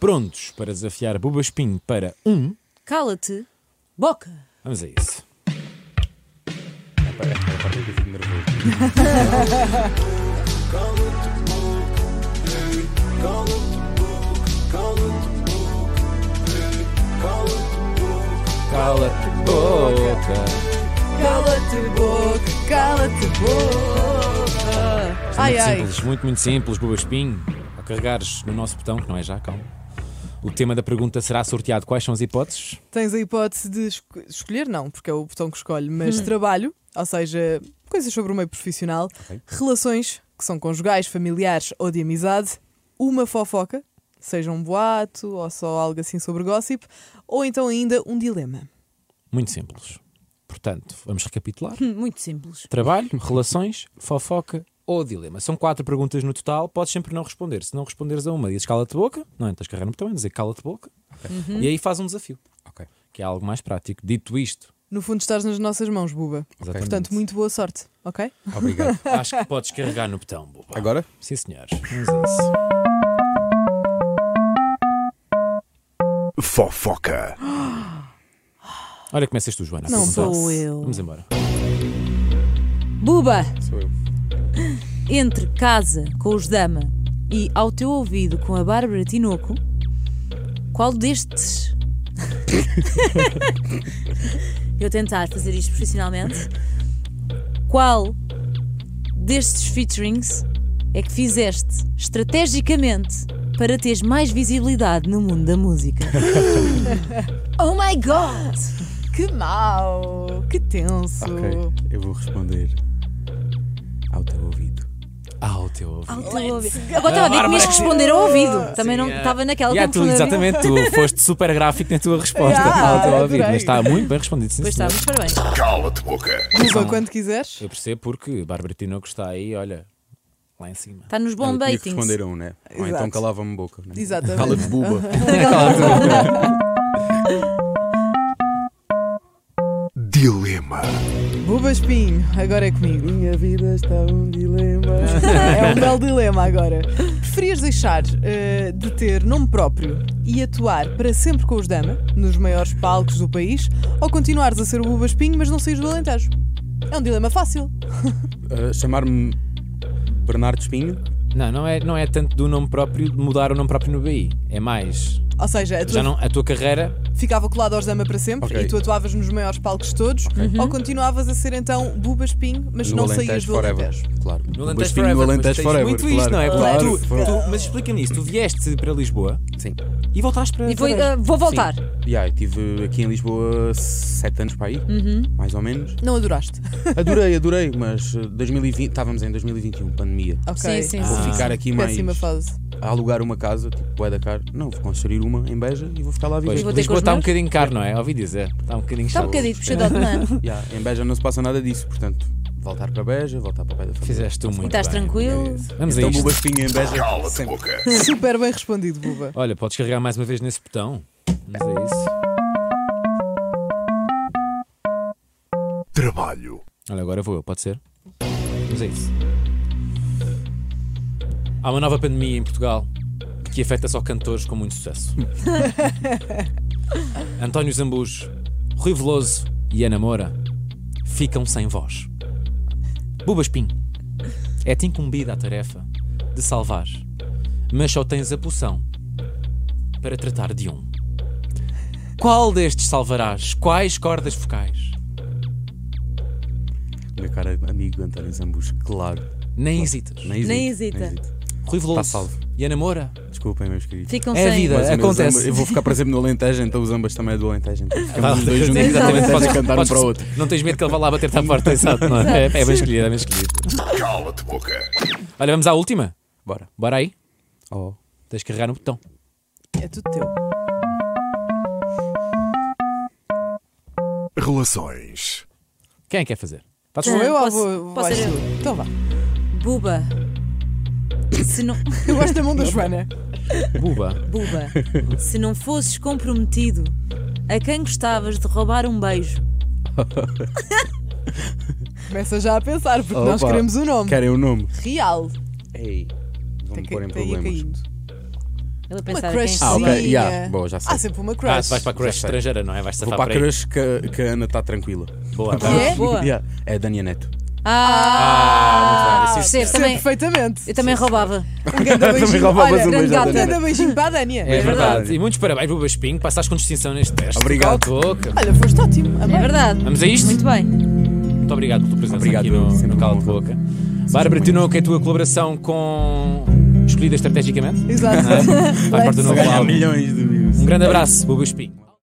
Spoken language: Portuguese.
Prontos para desafiar Bubaspinho para um? Cala-te, boca. Vamos a isso. Pera, pera, pera, que eu fico nervoso. Cala-te boca. Cala-te, boca. Cala-te, boca. Ai, muito ai. simples, muito, muito simples, Bubaspinho. Ao carregares no nosso botão, que não é já, calma. O tema da pergunta será sorteado. Quais são as hipóteses? Tens a hipótese de esco- escolher, não, porque é o botão que escolhe, mas Uhum. trabalho, ou seja, coisas sobre o meio profissional, relações, que são conjugais, familiares ou de amizade, uma fofoca, seja um boato ou só algo assim sobre gossip, ou então ainda um dilema. Muito simples. Portanto, vamos recapitular. Hum, Muito simples. Trabalho, relações, fofoca ou dilema. São quatro perguntas no total, podes sempre não responder. Se não responderes a uma, dizes cala-te boca, não, então carregar no botão e dizer cala-te boca. Uhum. E aí faz um desafio, Ok. que é algo mais prático. Dito isto, No fundo, estás nas nossas mãos, Buba. exatamente. Portanto, muito boa sorte, ok? Obrigado. acho que podes carregar no botão, boba. Agora? Sim, senhores. Vamos a isso. Fofoca. Olha, começas tu, Joana. a Não perguntar. sou eu. Vamos embora. Buba, Sou eu. entre casa com os dama e ao teu ouvido com a Bárbara Tinoco, qual destes? Eu tentar fazer isto profissionalmente. Qual destes featurings é que fizeste estrategicamente para teres mais visibilidade no mundo da música? oh my god! Que mau, que tenso. Ok. Eu vou responder ao teu ouvido. Ao teu ouvido. Ao teu ouvido. Agora estava a ver que me ias responder ao ouvido. Também não estava naquela Ah, é. Yeah, que tu, me respondeu. exatamente, tu foste super gráfico na tua resposta. Yeah, ao teu ouvido. adorei. Mas está muito bem respondido, sim, Ah, Pois está, senhor. mas parabéns. Cala-te boca. Buba, quando quiseres. Eu percebo porque Bárbara Tinoco está aí, olha, lá em cima. Está nos Eu bom tinha que datings. responder a um, né? Ou então Exato. calava-me boca. Né? Exatamente. Cala-te buba. Dilema. Buba Espinho, agora é comigo. Minha vida está um dilema. É um belo dilema agora. Preferias deixar eh, de ter nome próprio e atuar para sempre com os Dama, nos maiores palcos do país, ou continuares a ser o Buba Espinho, mas não saís do Alentejo? É um dilema fácil. Uh, Chamar-me Bernardo Espinho. Não, não é, não é tanto do nome próprio, de mudar o nome próprio no BI. É mais. Ou seja, a tua Já não, a tua carreira. ficava colado aos Dama para sempre Ok. e tu atuavas nos maiores palcos todos, ou continuavas a ser então Buba Espinho, mas No não saías Alentejo do Forever. Alentejo. Claro. No Buba Alentejo Espinho, Forever. No mas Alentejo tens Forever. muito isto, claro, não é? Claro. Tu- claro. tu- mas explica-me isso. Tu vieste para Lisboa Sim. e voltaste para. E foi, para- ah, vou voltar. Sim. Yeah, eu estive aqui em Lisboa sete anos para aí, Uhum. mais ou menos. Não adoraste. Adorei, adorei, mas eh, 2020, estávamos em 2021, pandemia. Ok. Sim, sim, Vou sim. ficar aqui mais Péssima fase. a alugar uma casa, tipo é da cara. Não, vou construir uma em Beja e vou ficar lá a Pois, viver. vou ter com Lisboa os está um meus. bocadinho caro, não é? Ouvi dizer. Está um bocadinho Está um caro. bocadinho puxado de mão. Yeah, em Beja não se passa nada disso, portanto, voltar para Beja, voltar para o pé da família. Fizeste tu muito. Estás bem. é tranquilo? Vamos Então a o isto. Baspinho em Beja Cala-te sempre. boca. Super bem respondido, Buba. Olha, podes carregar mais uma vez nesse botão. Vamos a isso. Trabalho. Olha, agora vou eu, pode ser? Vamos a isso. Há uma nova pandemia em Portugal que afeta só cantores com muito sucesso. António Zambujo, Rui Veloso e Ana Moura ficam sem voz. Bubaspim, é-te incumbida a tarefa de salvar, mas só tens a poção para tratar de um. Qual destes salvarás? Quais cordas focais? Meu cara amigo António Zambus, claro. Nem hesitas. Nem hesita. hesito. Rui Veloso Tá salvo. e Ana Moura. Desculpem, meus queridos. Ficam É a sem. vida. Mas o meu Acontece. Zamba- Eu vou ficar para sempre no Alentejo, então os ambas também é do Alentejo. Então ficamos os dois juntos no Exatamente, Alentejo podes- a cantar um podes- para o outro. Não tens medo que ele vá lá bater-te à porta, exato. não é? É, é bem escolhido, é bem escolhido. Cala-te boca. Olha, vamos à última. Bora. Bora aí. Oh. Tens que carregar no botão. É tudo teu. Relações. Quem é quer fazer? Fazes Sou favor? eu ou Ah, posso- vou, posso vais ser tu? Então vá. Buba. Se não... Eu gosto da mão da Joana. Buba. Buba. Se não fosses comprometido, a quem gostavas de roubar um beijo? Começa já a pensar, porque nós Opa. queremos o nome. Querem o um nome? Real. Tem Ei, vão-me Tá que- pôr em tem aí problemas. caindo. Ele a Uma pensar aqui em- crushzinha. Ah, ok, yeah, boa, já sei. Há sempre uma crush. Ah, tu vais para a Já crush sei. estrangeira, não é? Vais safar Vou tá para a por aí. crush que, a- que a Ana está tranquila. Boa, Que é? Boa. Yeah. É a Dania Neto. Ah, Ah, muito bem, sim, percebo, senhora. Percebo também, perfeitamente. eu também roubava. Um grande beijinho. roubavas Olha, um grande beijo à gata. Dania. grande beijinho para a Dania. É verdade. verdade. E muitos parabéns, Buba Espinho. Passaste com distinção neste teste. Obrigado. Cala a boca. Olha, foste ótimo. É Amei. verdade. Vamos a isto? Muito bem. Muito obrigado pela tua presença Obrigado, aqui no, sempre no Cala de bom. Boca. Bárbara muito Tinoco, é a tua colaboração com Escolhida Estrategicamente. Exato. Faz parte do novo Ganhar álbum. milhões de views. Um grande abraço, Buba Espinho.